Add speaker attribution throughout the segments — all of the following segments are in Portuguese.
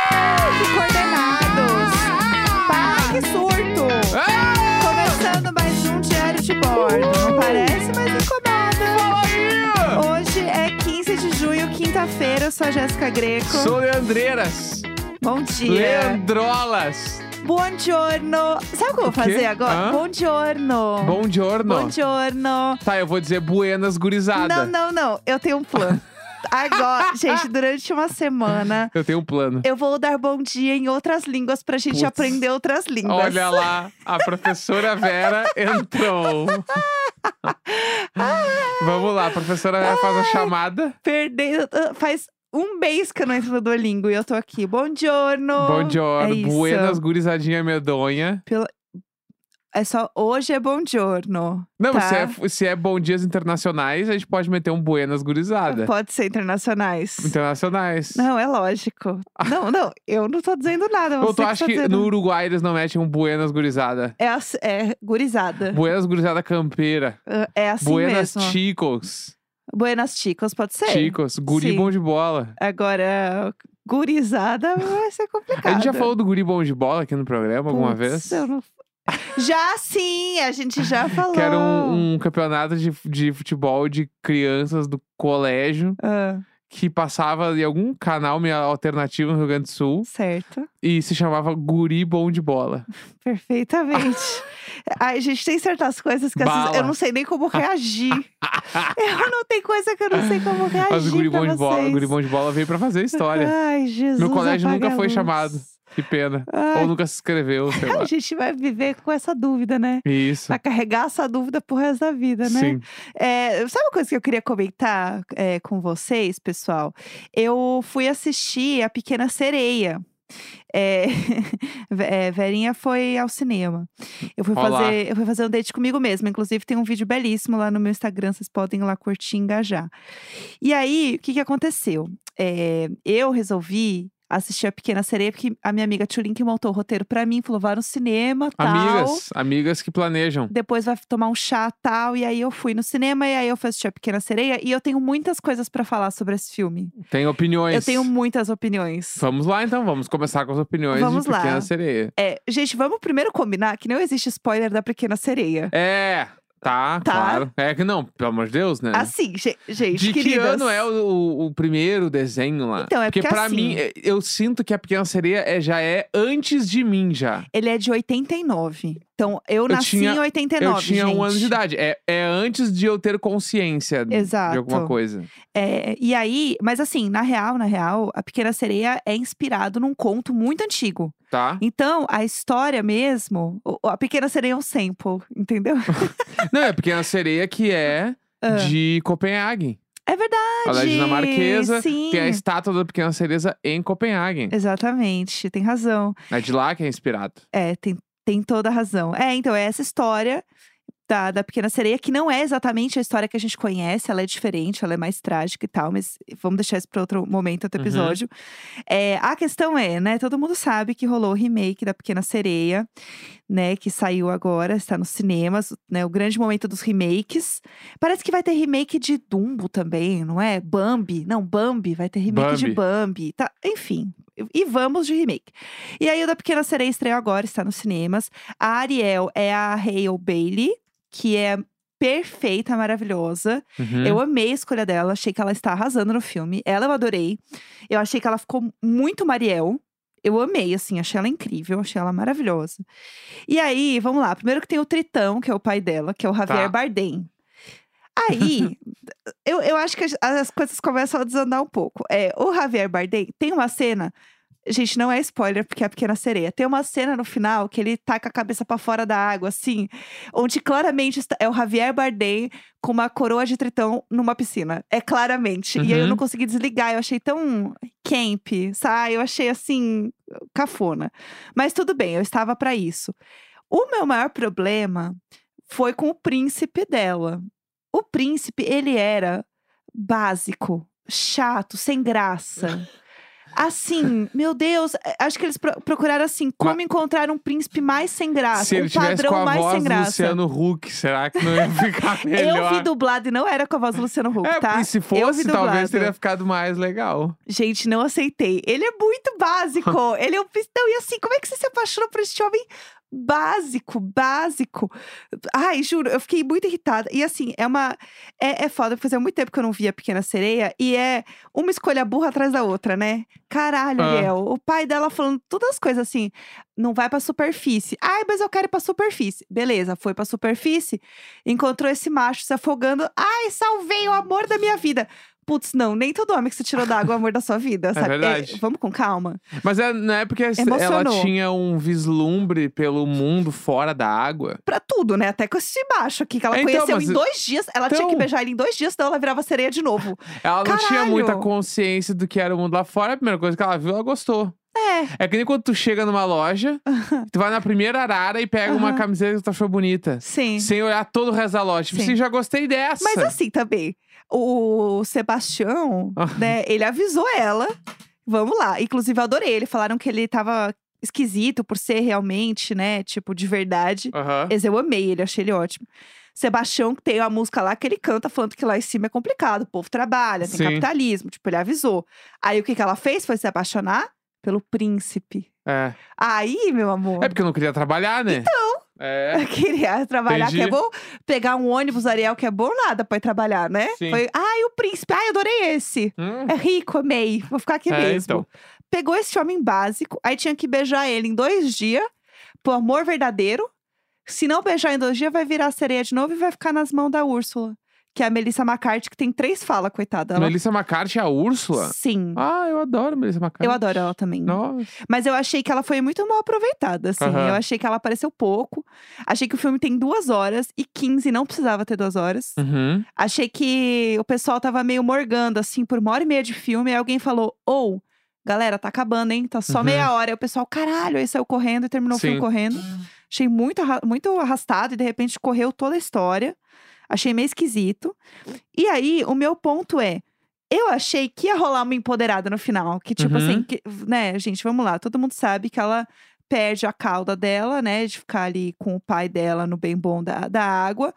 Speaker 1: Ah!
Speaker 2: um concordo. Não parece, mas incomoda.
Speaker 1: Fala aí!
Speaker 2: Hoje é 15 de junho, quinta-feira. Eu sou a Jéssica Greco.
Speaker 1: Sou Leandreiras,
Speaker 2: Bom dia.
Speaker 1: Leandrolas,
Speaker 2: Bom giorno. Sabe o que eu vou
Speaker 1: quê?
Speaker 2: fazer agora?
Speaker 1: Hã?
Speaker 2: Bom giorno.
Speaker 1: bom giorno.
Speaker 2: Bom giorno.
Speaker 1: Tá, eu vou dizer buenas gurizada.
Speaker 2: Não, não, não. Eu tenho um plano. Agora, gente, durante uma semana,
Speaker 1: Eu tenho um plano.
Speaker 2: eu vou dar bom dia em outras línguas pra gente
Speaker 1: Putz.
Speaker 2: aprender outras línguas.
Speaker 1: Olha lá, a professora Vera entrou. Vamos lá, a professora Vera faz a chamada.
Speaker 2: Perdei. ah, Faz um mês que eu não entro no Duolingo e eu tô aqui. Bom giorno.
Speaker 1: Bom
Speaker 2: É
Speaker 1: giorno,
Speaker 2: isso.
Speaker 1: buenas gurizadinha medonha.
Speaker 2: É só hoje é bom giorno.
Speaker 1: Não,
Speaker 2: Tá.
Speaker 1: se, é, se é bom dias internacionais, a gente pode meter um buenas gurizada.
Speaker 2: Pode ser internacionais.
Speaker 1: Então, Internacionais.
Speaker 2: Não, é lógico.
Speaker 1: Ah.
Speaker 2: Não, não, eu não tô dizendo nada.
Speaker 1: Ou
Speaker 2: Você
Speaker 1: tu
Speaker 2: que
Speaker 1: acha
Speaker 2: tá
Speaker 1: que
Speaker 2: dizendo.
Speaker 1: no Uruguai eles não metem um buenas gurizada?
Speaker 2: É, ass- é gurizada.
Speaker 1: Buenas gurizada campeira.
Speaker 2: Ah, É assim
Speaker 1: buenas
Speaker 2: mesmo.
Speaker 1: chicos.
Speaker 2: Buenas chicos, pode ser.
Speaker 1: Chicos. Guri
Speaker 2: Sim.
Speaker 1: bom de bola.
Speaker 2: Agora, gurizada vai ser complicado.
Speaker 1: A gente já falou do guri bom de bola aqui no programa alguma
Speaker 2: Putz,
Speaker 1: vez?
Speaker 2: eu não- Já sim, a gente já falou.
Speaker 1: Que era um, um campeonato de, de futebol de crianças do colégio
Speaker 2: Ah,
Speaker 1: que passava em algum canal meio alternativo no Rio Grande do Sul
Speaker 2: certo,
Speaker 1: e se chamava Guri Bom de Bola.
Speaker 2: perfeitamente. Ai, gente, tem certas coisas que às vezes eu
Speaker 1: Bala.
Speaker 2: não sei nem como reagir. eu não tenho coisa que eu não sei como reagir.
Speaker 1: Mas o Guri
Speaker 2: pra
Speaker 1: Bom de Bola, o
Speaker 2: vocês.
Speaker 1: Guri Bom de Bola veio pra fazer história.
Speaker 2: Ai, Jesus.
Speaker 1: Meu colégio
Speaker 2: apaga
Speaker 1: nunca
Speaker 2: a
Speaker 1: foi
Speaker 2: luz.
Speaker 1: chamado. Que pena.
Speaker 2: Ai,
Speaker 1: Ou nunca se inscreveu, sei
Speaker 2: a
Speaker 1: lá.
Speaker 2: gente vai viver com essa dúvida, né?
Speaker 1: Isso.
Speaker 2: Vai carregar essa dúvida pro resto da vida, né?
Speaker 1: Sim.
Speaker 2: É, sabe uma coisa que eu queria comentar é, com vocês, pessoal? Eu fui assistir A Pequena Sereia. É, Ve- é, Verinha foi ao cinema. Eu fui,
Speaker 1: Olá.
Speaker 2: fazer, eu fui fazer um date comigo mesma. Inclusive, tem um vídeo belíssimo lá no meu Instagram. Vocês podem ir lá curtir e engajar. E aí, o que, que aconteceu? É, eu resolvi assistir A Pequena Sereia, porque a minha amiga Tulin, que montou o roteiro pra mim, falou: vá no cinema, tal
Speaker 1: Amigas, amigas que planejam.
Speaker 2: depois vai tomar um chá tal. E aí eu fui no cinema e aí eu fui assistir A Pequena Sereia. E eu tenho muitas coisas pra falar sobre esse filme.
Speaker 1: Tem opiniões.
Speaker 2: Eu tenho muitas opiniões.
Speaker 1: Vamos lá então, vamos começar com as opiniões
Speaker 2: Vamos
Speaker 1: de
Speaker 2: lá.
Speaker 1: Pequena Sereia.
Speaker 2: É, gente, vamos primeiro combinar que não existe spoiler da Pequena Sereia.
Speaker 1: É, tá,
Speaker 2: Tá.
Speaker 1: claro. É que não, pelo amor de Deus, né?
Speaker 2: Assim, ge- gente,
Speaker 1: de que
Speaker 2: queridas.
Speaker 1: ano é o, o- o primeiro desenho lá?
Speaker 2: Então, é porque
Speaker 1: pra
Speaker 2: assim-
Speaker 1: mim, é, eu sinto que a Pequena Sereia é- já é antes de mim já.
Speaker 2: Ele é de 89. Então, eu, nasci
Speaker 1: tinha-
Speaker 2: em 89,
Speaker 1: eu tinha um ano de
Speaker 2: gente.
Speaker 1: idade. É, é antes de eu ter consciência de- de
Speaker 2: Exato.
Speaker 1: alguma coisa.
Speaker 2: É, e aí, mas assim, na real, na real, A Pequena Sereia é inspirado num conto muito antigo.
Speaker 1: Tá?
Speaker 2: Então, a história mesmo, o- A Pequena Sereia é um sample, entendeu?
Speaker 1: Não, é a Pequena Sereia que é
Speaker 2: Ah.
Speaker 1: de Copenhague.
Speaker 2: É verdade.
Speaker 1: Ela é dinamarquesa.
Speaker 2: Sim.
Speaker 1: Tem a estátua da Pequena Sereia em Copenhague.
Speaker 2: Exatamente, tem razão.
Speaker 1: É de lá que é inspirado.
Speaker 2: É, tem, tem toda a razão. É, então, é essa história da, da Pequena Sereia, que não é exatamente a história que a gente conhece, ela é diferente, ela é mais trágica e tal, mas vamos deixar isso para outro momento, outro
Speaker 1: Uhum.
Speaker 2: episódio. É, a questão é, né, todo mundo sabe que rolou o remake da Pequena Sereia, né, que saiu agora, está nos cinemas, né, o grande momento dos remakes. Parece que vai ter remake de Dumbo também, não é? Bambi, não, Bambi, vai ter remake de
Speaker 1: Bambi.
Speaker 2: Bambi, tá? Enfim, e vamos de remake. E aí, o da Pequena Sereia estreou agora, está nos cinemas. A Ariel é a Hale Bailey, que é perfeita, maravilhosa.
Speaker 1: Uhum.
Speaker 2: Eu amei a escolha dela, achei que ela está arrasando no filme. Ela eu adorei. Eu achei que ela ficou muito Mariel. Eu amei, assim, achei ela incrível, achei ela maravilhosa. E aí, vamos lá. Primeiro que tem o Tritão, que é o pai dela, que é o Javier
Speaker 1: Tá.
Speaker 2: Bardem. Aí, eu, eu acho que as, as coisas começam a desandar um pouco. É, o Javier Bardem tem uma cena. Gente, não é spoiler, porque é a pequena sereia. Tem uma cena no final que ele tá com a cabeça pra fora da água, assim, onde claramente está- é o Javier Bardem com uma coroa de tritão numa piscina. É claramente. E aí eu
Speaker 1: Uhum.
Speaker 2: não consegui desligar, eu achei tão camp, sabe? Eu achei assim, cafona. Mas tudo bem, eu estava pra isso. O meu maior problema foi com o príncipe dela. O príncipe, ele era básico, chato, sem graça. Assim, meu Deus, é, acho que eles pro- procuraram assim, como encontrar um príncipe mais sem graça,
Speaker 1: Se
Speaker 2: um
Speaker 1: ele tivesse
Speaker 2: padrão
Speaker 1: com a
Speaker 2: mais
Speaker 1: voz
Speaker 2: sem
Speaker 1: do
Speaker 2: graça.
Speaker 1: Luciano Huck, será que não ia ficar
Speaker 2: eu
Speaker 1: melhor?
Speaker 2: vi dublado e não era com a voz do Luciano Huck,
Speaker 1: É,
Speaker 2: tá?
Speaker 1: porque se
Speaker 2: eu vi
Speaker 1: fosse,
Speaker 2: dublado.
Speaker 1: talvez teria ficado mais legal.
Speaker 2: Gente, não aceitei. Ele é muito básico. ele é um. pis- Não, e assim, como é que você se apaixonou por este homem básico, básico. Ai, juro, eu fiquei muito irritada. E assim, é uma. É, é foda, porque fazia muito tempo que eu não via Pequena Sereia e é uma escolha burra atrás da outra, né? Caralho,
Speaker 1: Ah.
Speaker 2: Liel. O pai dela falando todas as coisas assim. Não vai pra superfície. Ai, mas eu quero ir pra superfície. Beleza, foi pra superfície, encontrou esse macho se afogando. Ai, salvei o amor da minha vida. Putz, não, nem todo homem que você tirou da água é o amor da sua vida, sabe?
Speaker 1: verdade.
Speaker 2: vamos com calma.
Speaker 1: Mas é, não é porque ela
Speaker 2: Emocionou.
Speaker 1: tinha um vislumbre pelo mundo fora da água.
Speaker 2: pra tudo, né? Até com esse macho aqui, que ela
Speaker 1: É, então,
Speaker 2: conheceu
Speaker 1: mas-
Speaker 2: em dois dias. Ela tinha que
Speaker 1: Então.
Speaker 2: beijar ele em dois dias, senão ela virava sereia de novo.
Speaker 1: Ela não tinha
Speaker 2: Caralho!
Speaker 1: muita consciência do que era o mundo lá fora. A primeira coisa que ela viu, ela gostou.
Speaker 2: É,
Speaker 1: É que nem quando tu chega numa loja, tu vai na primeira arara e pega uma
Speaker 2: Aham.
Speaker 1: camiseta que tu achou bonita.
Speaker 2: sim.
Speaker 1: Sem olhar todo o resto da loja. Tipo,
Speaker 2: Sim.
Speaker 1: assim, já gostei dessa.
Speaker 2: Mas assim também, o Sebastião,
Speaker 1: Ah.
Speaker 2: né, ele avisou ela. Vamos lá. Inclusive, eu adorei. Ele falaram que ele tava esquisito por ser realmente, né, tipo, de verdade.
Speaker 1: Aham.
Speaker 2: Mas eu amei ele, achei ele ótimo. Sebastião que tem a música lá que ele canta falando que lá em cima é complicado, o povo trabalha, tem
Speaker 1: Sim.
Speaker 2: capitalismo, tipo, ele avisou. Aí o que que ela fez foi se apaixonar pelo príncipe.
Speaker 1: É.
Speaker 2: Aí, meu amor,
Speaker 1: É porque eu não queria trabalhar, né? Então. É.
Speaker 2: eu queria trabalhar que é
Speaker 1: Entendi.
Speaker 2: bom, pegar um ônibus Ariel que é bom nada pra ir trabalhar, né?
Speaker 1: Sim.
Speaker 2: Foi, ai, o príncipe, ai, adorei esse.
Speaker 1: Hum.
Speaker 2: É rico, amei. Vou ficar aqui
Speaker 1: É,
Speaker 2: mesmo.
Speaker 1: então.
Speaker 2: Pegou esse homem básico, aí tinha que beijar ele em dois dias, por amor verdadeiro. Se não beijar em dois dias, vai virar sereia de novo e vai ficar nas mãos da Úrsula. Que é a Melissa McCarthy, que tem três falas, coitada. Ela...
Speaker 1: Melissa McCarthy é a Úrsula?
Speaker 2: Sim.
Speaker 1: Ah, eu adoro Melissa McCarthy.
Speaker 2: Eu adoro ela também.
Speaker 1: Nossa.
Speaker 2: Mas eu achei que ela foi muito mal aproveitada, assim.
Speaker 1: Aham.
Speaker 2: Eu achei que ela apareceu pouco. Achei que o filme tem duas horas e 15, não precisava ter duas horas.
Speaker 1: Uhum.
Speaker 2: Achei que o pessoal tava meio morgando, assim, por uma hora e meia de filme. Aí alguém falou, ou, galera, tá acabando, hein? Tá só
Speaker 1: Uhum.
Speaker 2: meia hora. Aí o pessoal, caralho, aí saiu correndo e terminou o filme
Speaker 1: Sim.
Speaker 2: correndo. Achei muito, arra- muito arrastado e de repente correu toda a história. Achei meio esquisito. E aí, o meu ponto é. Eu achei que ia rolar uma empoderada no final. Que, tipo
Speaker 1: Uhum.
Speaker 2: assim, que- né, gente, vamos lá. Todo mundo sabe que ela perde a cauda dela, né? De ficar ali com o pai dela no bem bom da, da água.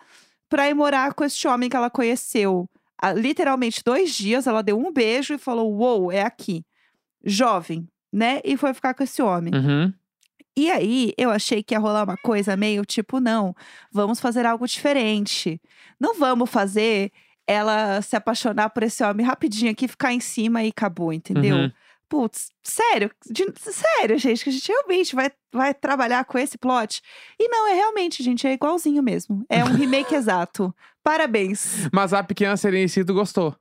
Speaker 2: Pra ir morar com este homem que ela conheceu. há literalmente dois dias, ela deu um beijo e falou: Uou, é aqui. Jovem, né? E foi ficar com esse homem.
Speaker 1: Uhum.
Speaker 2: E aí, eu achei que ia rolar uma coisa meio tipo, não, vamos fazer algo diferente. Não vamos fazer ela se apaixonar por esse homem rapidinho aqui, ficar em cima e acabou, entendeu?
Speaker 1: Uhum.
Speaker 2: Putz, sério, de- sério, gente, que a gente realmente vai, vai trabalhar com esse plot. E não, é realmente, gente, é igualzinho mesmo. É um remake exato. Parabéns.
Speaker 1: Mas a pequena sereia em si, tu gostou.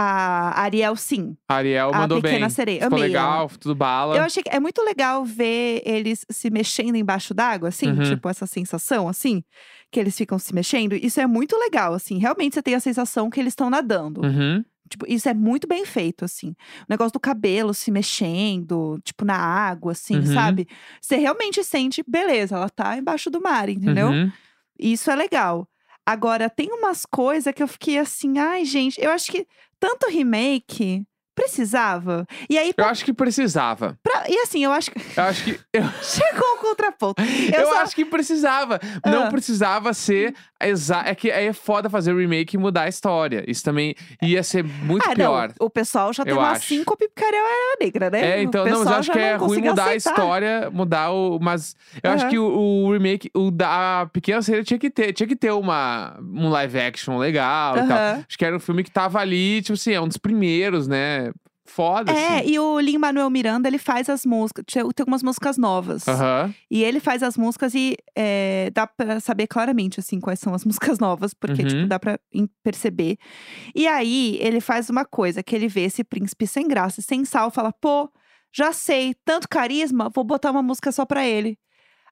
Speaker 2: A Ariel, sim.
Speaker 1: A Ariel
Speaker 2: a
Speaker 1: mandou
Speaker 2: pequena
Speaker 1: bem.
Speaker 2: sereia.
Speaker 1: Ficou
Speaker 2: Amei
Speaker 1: legal,
Speaker 2: ela.
Speaker 1: tudo bala.
Speaker 2: Eu achei que é muito legal ver eles se mexendo embaixo d'água, assim,
Speaker 1: Uhum.
Speaker 2: tipo essa sensação, assim, que eles ficam se mexendo. Isso é muito legal, assim. Realmente você tem a sensação que eles estão nadando.
Speaker 1: Uhum.
Speaker 2: Tipo, isso é muito bem feito, assim. O negócio do cabelo se mexendo, tipo, na água, assim,
Speaker 1: Uhum.
Speaker 2: sabe? Você realmente sente, beleza, ela tá embaixo do mar, entendeu?
Speaker 1: Uhum.
Speaker 2: Isso é legal. Agora, tem umas coisas que eu fiquei assim, ai, gente, eu acho que tanto remake precisava. E aí,
Speaker 1: Eu acho que precisava.
Speaker 2: pra- e assim, eu acho que.
Speaker 1: Eu acho que. Eu,
Speaker 2: Chegou o contraponto. Eu,
Speaker 1: eu
Speaker 2: só...
Speaker 1: acho que precisava.
Speaker 2: Ah.
Speaker 1: Não precisava ser. Exa é que é foda fazer remake e mudar a história. Isso também ia ser muito
Speaker 2: ah,
Speaker 1: pior.
Speaker 2: Não, o pessoal já tem
Speaker 1: Eu
Speaker 2: uma
Speaker 1: acho.
Speaker 2: síncope porque era negra, né?
Speaker 1: É, então,
Speaker 2: o
Speaker 1: não, mas eu
Speaker 2: pessoal
Speaker 1: acho
Speaker 2: já
Speaker 1: que é
Speaker 2: não
Speaker 1: ruim
Speaker 2: conseguiu
Speaker 1: mudar a
Speaker 2: aceitar.
Speaker 1: história, mudar o. Mas eu acho
Speaker 2: Aham.
Speaker 1: que o, o remake, o da Pequena Sereia tinha que ter. Tinha que ter uma, um live action legal e tal.
Speaker 2: Aham.
Speaker 1: Acho que era um filme que tava ali, tipo assim, é um dos primeiros, né? Foda,
Speaker 2: É,
Speaker 1: assim.
Speaker 2: e o Lin Manuel Miranda, ele faz as músicas. Tem tem algumas músicas novas.
Speaker 1: Aham.
Speaker 2: E ele faz as músicas e é, dá pra saber claramente, assim, quais são as músicas novas, porque, tipo,
Speaker 1: Uhum.
Speaker 2: dá pra em- perceber. E aí, ele faz uma coisa, que ele vê esse príncipe sem graça, sem sal, fala, pô, já sei, tanto carisma, vou botar uma música só pra ele.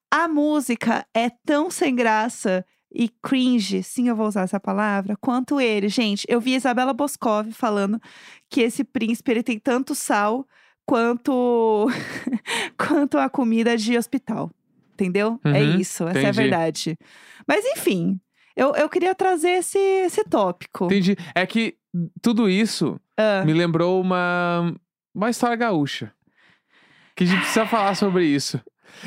Speaker 2: A música é tão sem graça e cringe, sim, eu vou usar essa palavra, quanto ele. Gente, eu vi a Isabela Boscov falando que esse príncipe, ele tem tanto sal quanto quanto a comida de hospital. Entendeu? É
Speaker 1: Uhum,
Speaker 2: isso, essa é a
Speaker 1: entendi.
Speaker 2: verdade. Mas enfim, eu, eu queria trazer esse, esse tópico.
Speaker 1: Entendi. É que tudo isso
Speaker 2: Ah.
Speaker 1: me lembrou uma, uma história gaúcha. Que a gente precisa falar sobre isso.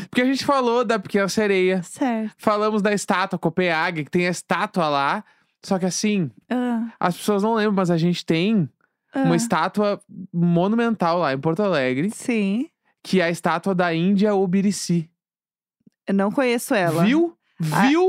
Speaker 1: Porque a gente falou da Pequena Sereia,
Speaker 2: Certo.
Speaker 1: falamos da estátua Copenhague, que tem a estátua lá. Só que assim,
Speaker 2: Ah,
Speaker 1: as pessoas não lembram, mas a gente tem
Speaker 2: ah.
Speaker 1: uma estátua monumental lá em Porto Alegre,
Speaker 2: Sim.
Speaker 1: que é a estátua da Índia Obirici.
Speaker 2: Eu não conheço ela.
Speaker 1: Viu?
Speaker 2: Ah,
Speaker 1: Viu?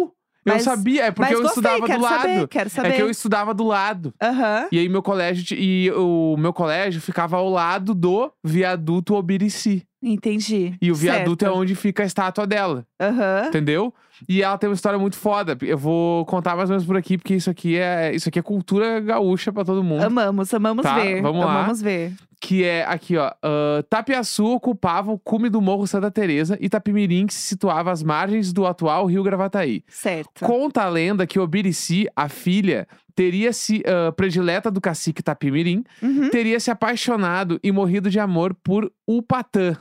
Speaker 1: eu
Speaker 2: mas-
Speaker 1: sabia. É porque
Speaker 2: Mas
Speaker 1: eu
Speaker 2: gostei,
Speaker 1: estudava
Speaker 2: quero
Speaker 1: do lado.
Speaker 2: saber, quero saber.
Speaker 1: É que eu estudava do lado.
Speaker 2: Aham.
Speaker 1: E aí meu colégio ti- e o meu colégio ficava ao lado do viaduto Obirici.
Speaker 2: Entendi.
Speaker 1: E o viaduto é
Speaker 2: Certo.
Speaker 1: onde fica a estátua dela,
Speaker 2: Aham.
Speaker 1: entendeu? E ela tem uma história muito foda. Eu vou contar mais ou menos por aqui, porque isso aqui é isso aqui é cultura gaúcha pra todo mundo.
Speaker 2: Amamos, amamos
Speaker 1: Então, Tá,
Speaker 2: ver.
Speaker 1: vamos lá.
Speaker 2: amamos ver.
Speaker 1: Que é aqui, ó. ah, Tapiaçu ocupava o cume do Morro Santa Teresa e Tapimirim que se situava às margens do atual Rio Gravataí.
Speaker 2: Certo.
Speaker 1: Conta a lenda que Obirici, a filha, teria se ah, predileta do cacique Tapimirim,
Speaker 2: Uhum,
Speaker 1: teria se apaixonado e morrido de amor por Upatã,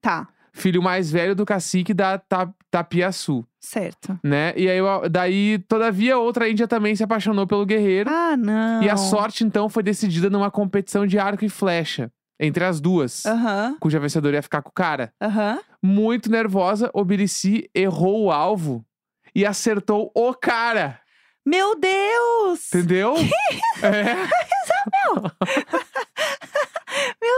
Speaker 2: Tá,
Speaker 1: filho mais velho do cacique da Ta Tapiaçu,
Speaker 2: certo.
Speaker 1: né? E aí, ó, daí, todavia, outra índia também se apaixonou pelo guerreiro.
Speaker 2: Ah, não.
Speaker 1: E a sorte, então, foi decidida numa competição de arco e flecha entre as duas,
Speaker 2: Aham,
Speaker 1: cuja vencedora ia ficar com o cara.
Speaker 2: aham.
Speaker 1: Muito nervosa, Obirici errou o alvo e acertou o cara.
Speaker 2: Meu Deus!
Speaker 1: Entendeu? É.
Speaker 2: Meu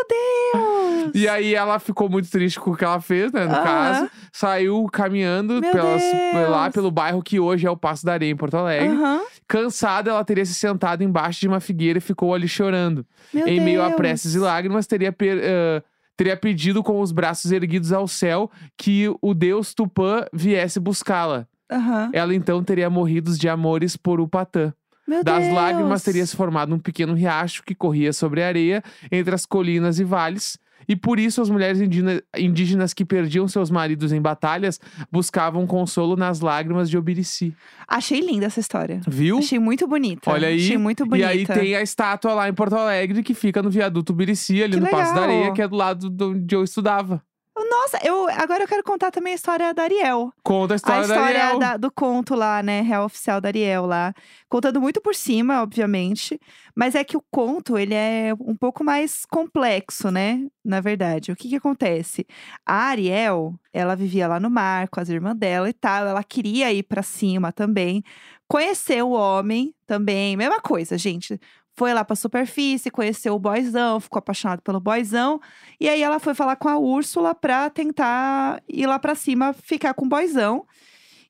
Speaker 2: Deus!
Speaker 1: E aí ela ficou muito triste com o que ela fez, né? No
Speaker 2: Aham.
Speaker 1: caso, saiu caminhando
Speaker 2: Meu
Speaker 1: pelas,
Speaker 2: Deus.
Speaker 1: lá pelo bairro que hoje é o Passo da Areia em Porto Alegre.
Speaker 2: Aham.
Speaker 1: Cansada, ela teria se sentado embaixo de uma figueira e ficou ali chorando.
Speaker 2: Meu
Speaker 1: em meio a
Speaker 2: Deus.
Speaker 1: preces e lágrimas, teria, per- eh, teria pedido com os braços erguidos ao céu que o deus Tupã viesse buscá-la.
Speaker 2: Aham.
Speaker 1: Ela então teria morrido de amores por Upatã.
Speaker 2: Meu
Speaker 1: é, Das
Speaker 2: Deus.
Speaker 1: lágrimas teria se formado um pequeno riacho que corria sobre a areia, entre as colinas e vales. E por isso as mulheres indígena- indígenas que perdiam seus maridos em batalhas buscavam consolo nas lágrimas de Obirici.
Speaker 2: Achei linda essa história.
Speaker 1: Viu?
Speaker 2: Achei muito bonita.
Speaker 1: Olha aí.
Speaker 2: Achei muito bonita.
Speaker 1: E aí tem a estátua lá em Porto Alegre que fica no viaduto Birici, ali
Speaker 2: Que
Speaker 1: no Passo da
Speaker 2: legal.
Speaker 1: Areia, que é do lado de onde eu estudava.
Speaker 2: Nossa, eu, agora eu quero contar também a história da Ariel.
Speaker 1: Conta a história,
Speaker 2: a história
Speaker 1: da Ariel.
Speaker 2: da- do conto lá, né? Real oficial da Ariel lá. Contando muito por cima, obviamente. Mas é que o conto, ele é um pouco mais complexo, né? Na verdade, o que que acontece? A Ariel, ela vivia lá no mar com as irmãs dela e tal. Ela queria ir pra cima também. Conheceu o homem também. Mesma coisa, gente. Foi lá pra superfície, conheceu o boyzão, ficou apaixonado pelo boyzão. E aí ela foi falar com a Úrsula pra tentar ir lá pra cima, ficar com o boyzão.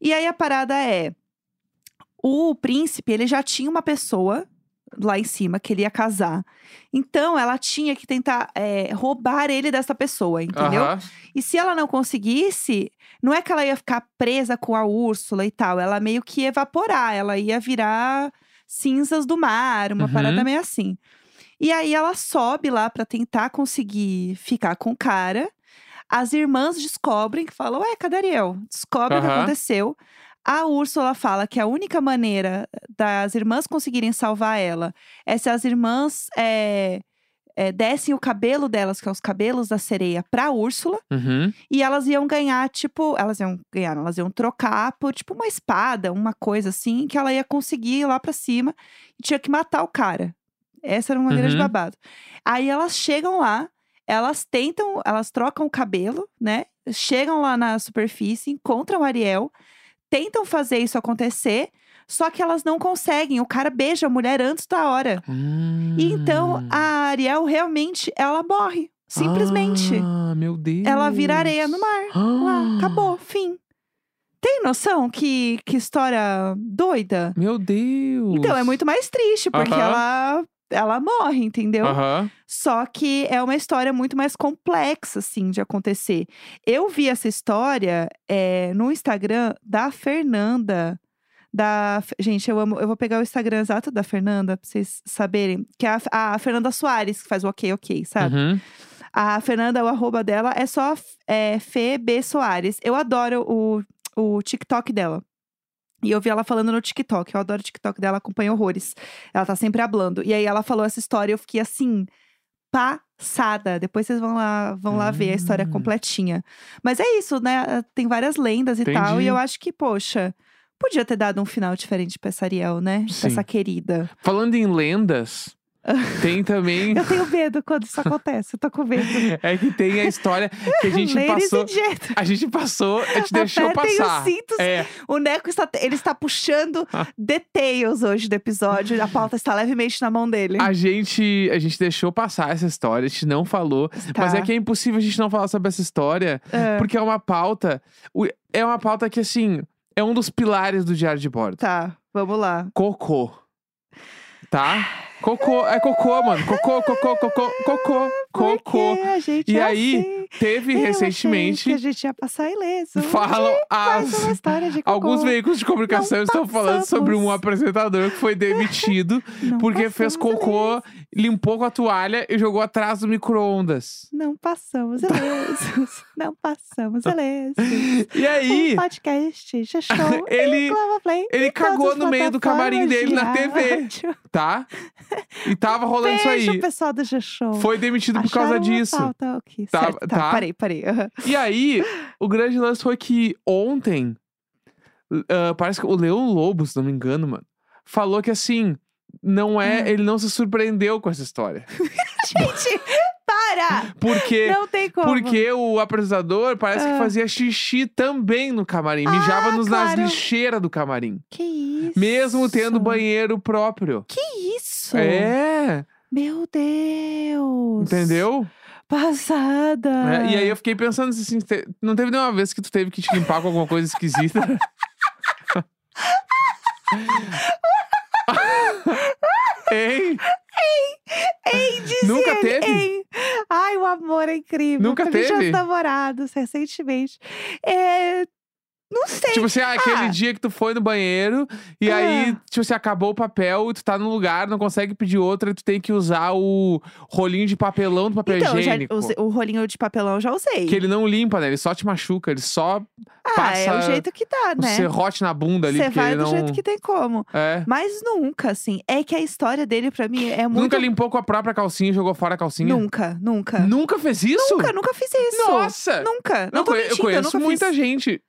Speaker 2: E aí a parada é: o príncipe, ele já tinha uma pessoa lá em cima que ele ia casar. Então ela tinha que tentar é, roubar ele dessa pessoa, entendeu?
Speaker 1: Aham.
Speaker 2: E se ela não conseguisse, não é que ela ia ficar presa com a Úrsula e tal, ela meio que ia evaporar, ela ia virar cinzas do mar, uma
Speaker 1: Uhum.
Speaker 2: parada meio assim. E aí ela sobe lá pra tentar conseguir ficar com o cara. As irmãs descobrem que falam: Ué, cadê Ariel? Descobre o que
Speaker 1: Aham.
Speaker 2: aconteceu. A Úrsula fala que a única maneira das irmãs conseguirem salvar ela é se as irmãs é, é, dessem o cabelo delas, que é os cabelos da sereia, pra Úrsula.
Speaker 1: Uhum.
Speaker 2: E elas iam ganhar, tipo, elas iam ganhar, não, elas iam trocar por, tipo, uma espada, uma coisa assim, que ela ia conseguir ir lá pra cima e tinha que matar o cara. Essa era uma maneira de
Speaker 1: Uhum.
Speaker 2: babado. Aí elas chegam lá, elas tentam, elas trocam o cabelo, né? Chegam lá na superfície, encontram o Ariel, tentam fazer isso acontecer, só que elas não conseguem. O cara beija a mulher antes da hora. E então
Speaker 1: Hum.
Speaker 2: a Ariel realmente, ela morre, simplesmente.
Speaker 1: Ah, meu Deus.
Speaker 2: Ela vira areia no mar. Lá,
Speaker 1: Ah,
Speaker 2: acabou, fim. Tem noção que, que história doida?
Speaker 1: Meu Deus.
Speaker 2: Então, é muito mais triste, porque
Speaker 1: Aham.
Speaker 2: ela, ela morre, entendeu?
Speaker 1: Aham.
Speaker 2: Só que é uma história muito mais complexa, assim, de acontecer. Eu vi essa história é, no Instagram da Fernanda. Da, gente, eu amo. Eu vou pegar o Instagram exato da Fernanda, pra vocês saberem. Que é a, a Fernanda Soares, que faz o ok, ok, sabe?
Speaker 1: Uhum.
Speaker 2: A Fernanda, o arroba dela é só é, Fê B. Soares. Eu adoro o, o TikTok dela. E eu vi ela falando no TikTok. Eu adoro o TikTok dela, acompanho horrores. Ela tá sempre hablando. E aí ela falou essa história e eu fiquei assim, passada. Depois vocês vão lá, vão lá ver a história
Speaker 1: Hum.
Speaker 2: completinha. Mas é isso, né? Tem várias lendas e tal. E
Speaker 1: Entendi.
Speaker 2: eu acho que, poxa, podia ter dado um final diferente pra essa Ariel, né? Pra
Speaker 1: Sim.
Speaker 2: essa querida.
Speaker 1: Falando em lendas, Tem também.
Speaker 2: Eu tenho medo quando isso acontece. Eu tô com medo.
Speaker 1: É que tem a história que a gente
Speaker 2: Ladies
Speaker 1: passou.
Speaker 2: and gentlemen,
Speaker 1: A gente passou, a gente deixou
Speaker 2: apertem
Speaker 1: passar. Ah.
Speaker 2: os cintos.
Speaker 1: É,
Speaker 2: O Neco está, ele está puxando details hoje do episódio. A pauta está levemente na mão dele.
Speaker 1: a gente, a gente deixou passar essa história, a gente não falou.
Speaker 2: Tá.
Speaker 1: Mas é que é impossível a gente não falar sobre essa história,
Speaker 2: É.
Speaker 1: porque é uma pauta. o- É uma pauta que, assim, é um dos pilares do diário de bordo.
Speaker 2: Tá, vamos lá.
Speaker 1: Cocô. Tá? Cocô, é cocô, mano. Cocô, cocô, cocô, cocô,
Speaker 2: Por
Speaker 1: cocô.
Speaker 2: quê? A gente
Speaker 1: E
Speaker 2: é
Speaker 1: aí,
Speaker 2: assim.
Speaker 1: Teve
Speaker 2: Eu achei que a
Speaker 1: recentemente.
Speaker 2: gente ia passar ileso.
Speaker 1: Falam
Speaker 2: Mais
Speaker 1: as.
Speaker 2: uma história de cocô.
Speaker 1: Alguns veículos de comunicação
Speaker 2: Não
Speaker 1: estão falando sobre um
Speaker 2: passamos.
Speaker 1: apresentador que foi demitido
Speaker 2: Não
Speaker 1: porque fez
Speaker 2: passamos
Speaker 1: cocô, limpou com a toalha e jogou atrás do micro-ondas.
Speaker 2: Não passamos ilesos. Não passamos ilesos.
Speaker 1: E aí,
Speaker 2: Um podcast já show.
Speaker 1: ele,
Speaker 2: Clava Play.
Speaker 1: ele
Speaker 2: em todas
Speaker 1: cagou
Speaker 2: as
Speaker 1: no meio do camarim dele na
Speaker 2: plataformas de
Speaker 1: TV,
Speaker 2: áudio.
Speaker 1: tá? E tava rolando isso
Speaker 2: Beijo,
Speaker 1: aí.
Speaker 2: pessoal do G-Show.
Speaker 1: Foi demitido por causa
Speaker 2: Acharam uma
Speaker 1: disso.
Speaker 2: Pauta aqui.
Speaker 1: Tá-
Speaker 2: certo, tá,
Speaker 1: tá.
Speaker 2: parei, parei. Aham.
Speaker 1: E aí, o grande lance foi que ontem, ah, parece que o Leão Lobo, se não me engano, mano, falou que assim, não
Speaker 2: Hum.
Speaker 1: é, ele não se surpreendeu com essa história.
Speaker 2: Gente, para!
Speaker 1: Porque
Speaker 2: Não tem como.
Speaker 1: É, Porque o apresentador parece que
Speaker 2: Ah.
Speaker 1: fazia xixi também no camarim.
Speaker 2: Ah,
Speaker 1: Mijava nos,
Speaker 2: claro.
Speaker 1: nas lixeiras do camarim.
Speaker 2: Que isso?
Speaker 1: Mesmo tendo banheiro próprio.
Speaker 2: Que isso?
Speaker 1: É,
Speaker 2: Meu Deus.
Speaker 1: entendeu?
Speaker 2: Passada.
Speaker 1: É, e aí eu fiquei pensando assim, te- não teve nenhuma vez que tu teve que te limpar com alguma coisa esquisita? hein?
Speaker 2: Ei, diz
Speaker 1: Nunca
Speaker 2: ele,
Speaker 1: teve?
Speaker 2: ei. Ai, o amor é incrível.
Speaker 1: Nunca
Speaker 2: pra mim, já
Speaker 1: teve?
Speaker 2: os namorados, recentemente. É, Não sei.
Speaker 1: Tipo assim, ah, aquele
Speaker 2: Ah.
Speaker 1: dia que tu foi no banheiro e
Speaker 2: Ah.
Speaker 1: aí, tipo assim, acabou o papel e tu tá num lugar, não consegue pedir outro e tu tem que usar o rolinho de papelão do papel
Speaker 2: então, já
Speaker 1: higiênico.
Speaker 2: usei- o rolinho de papelão eu já usei.
Speaker 1: Que ele não limpa, né? Ele só te machuca, ele só
Speaker 2: ah, é o
Speaker 1: passa
Speaker 2: jeito que dá,
Speaker 1: um
Speaker 2: né?
Speaker 1: serrote na bunda ali.
Speaker 2: Você
Speaker 1: porque
Speaker 2: vai
Speaker 1: ele
Speaker 2: do
Speaker 1: não...
Speaker 2: jeito que tem como.
Speaker 1: É.
Speaker 2: Mas nunca, assim. É que a história dele, pra mim, é muito.
Speaker 1: Nunca limpou com a própria calcinha e jogou fora a calcinha?
Speaker 2: Nunca, nunca.
Speaker 1: Nunca fez isso?
Speaker 2: Nunca, nunca fiz isso.
Speaker 1: Nossa!
Speaker 2: Nunca. Não,
Speaker 1: Não,
Speaker 2: tô
Speaker 1: conhe-
Speaker 2: mentindo,
Speaker 1: eu conheço
Speaker 2: nunca
Speaker 1: muita
Speaker 2: fiz.
Speaker 1: gente.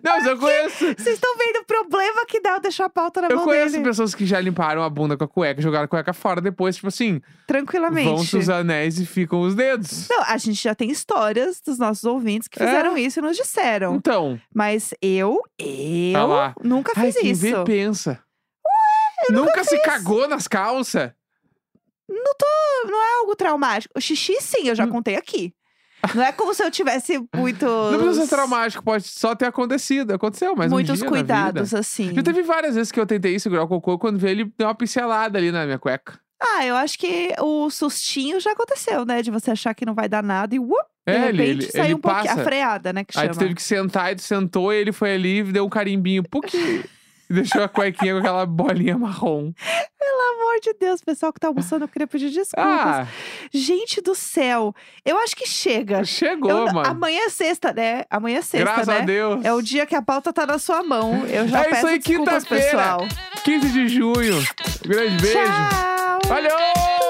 Speaker 1: não, mas eu conheço.
Speaker 2: Vocês estão vendo o problema que dá eu deixar a pauta na
Speaker 1: Eu
Speaker 2: mão
Speaker 1: conheço
Speaker 2: dele.
Speaker 1: pessoas que já limparam a bunda com a cueca, jogaram a cueca fora depois, tipo assim,
Speaker 2: Tranquilamente.
Speaker 1: vão-se os anéis e ficam os dedos.
Speaker 2: Não, a gente já tem histórias dos nossos ouvintes que
Speaker 1: É.
Speaker 2: fizeram isso e nos disseram.
Speaker 1: Então,
Speaker 2: Mas eu, eu
Speaker 1: Tá lá.
Speaker 2: nunca
Speaker 1: ai,
Speaker 2: fiz
Speaker 1: quem
Speaker 2: isso.
Speaker 1: vê pensa. nunca se cagou nas calças?
Speaker 2: Não tô. Não é algo traumático. O xixi, sim, eu
Speaker 1: Hum.
Speaker 2: já contei aqui. Não é como se eu tivesse muito.
Speaker 1: Ah. Não precisa ser traumático, pode só ter acontecido. Aconteceu, mas um
Speaker 2: muitos
Speaker 1: dia na
Speaker 2: cuidados,
Speaker 1: vida.
Speaker 2: assim.
Speaker 1: Já teve várias vezes que eu tentei segurar o cocô quando vi ele deu uma pincelada ali na minha cueca.
Speaker 2: Ah, eu acho que o sustinho já aconteceu, né? De você achar que não vai dar nada e uop, de
Speaker 1: é,
Speaker 2: repente
Speaker 1: ele, ele,
Speaker 2: saiu
Speaker 1: ele
Speaker 2: um pouquinho.
Speaker 1: passa.
Speaker 2: A freada, né? Que chama.
Speaker 1: Aí tu teve que sentar, e tu sentou, e ele foi ali e deu um carimbinho. Puc! e deixou a cuequinha com aquela bolinha marrom.
Speaker 2: Pelo amor de Deus, pessoal que tá almoçando, eu queria pedir desculpas.
Speaker 1: Ah,
Speaker 2: Gente do céu, eu acho que chega.
Speaker 1: chegou,
Speaker 2: Eu-
Speaker 1: mano.
Speaker 2: Amanhã é sexta, né? Amanhã é sexta,
Speaker 1: Graças
Speaker 2: né?
Speaker 1: a Deus.
Speaker 2: É o dia que a pauta tá na sua mão. Eu já
Speaker 1: É isso
Speaker 2: peço
Speaker 1: aí,
Speaker 2: desculpas,
Speaker 1: quinta-feira.
Speaker 2: pessoal.
Speaker 1: 15 de junho. Um grande beijo.
Speaker 2: Tchau!
Speaker 1: Valeu!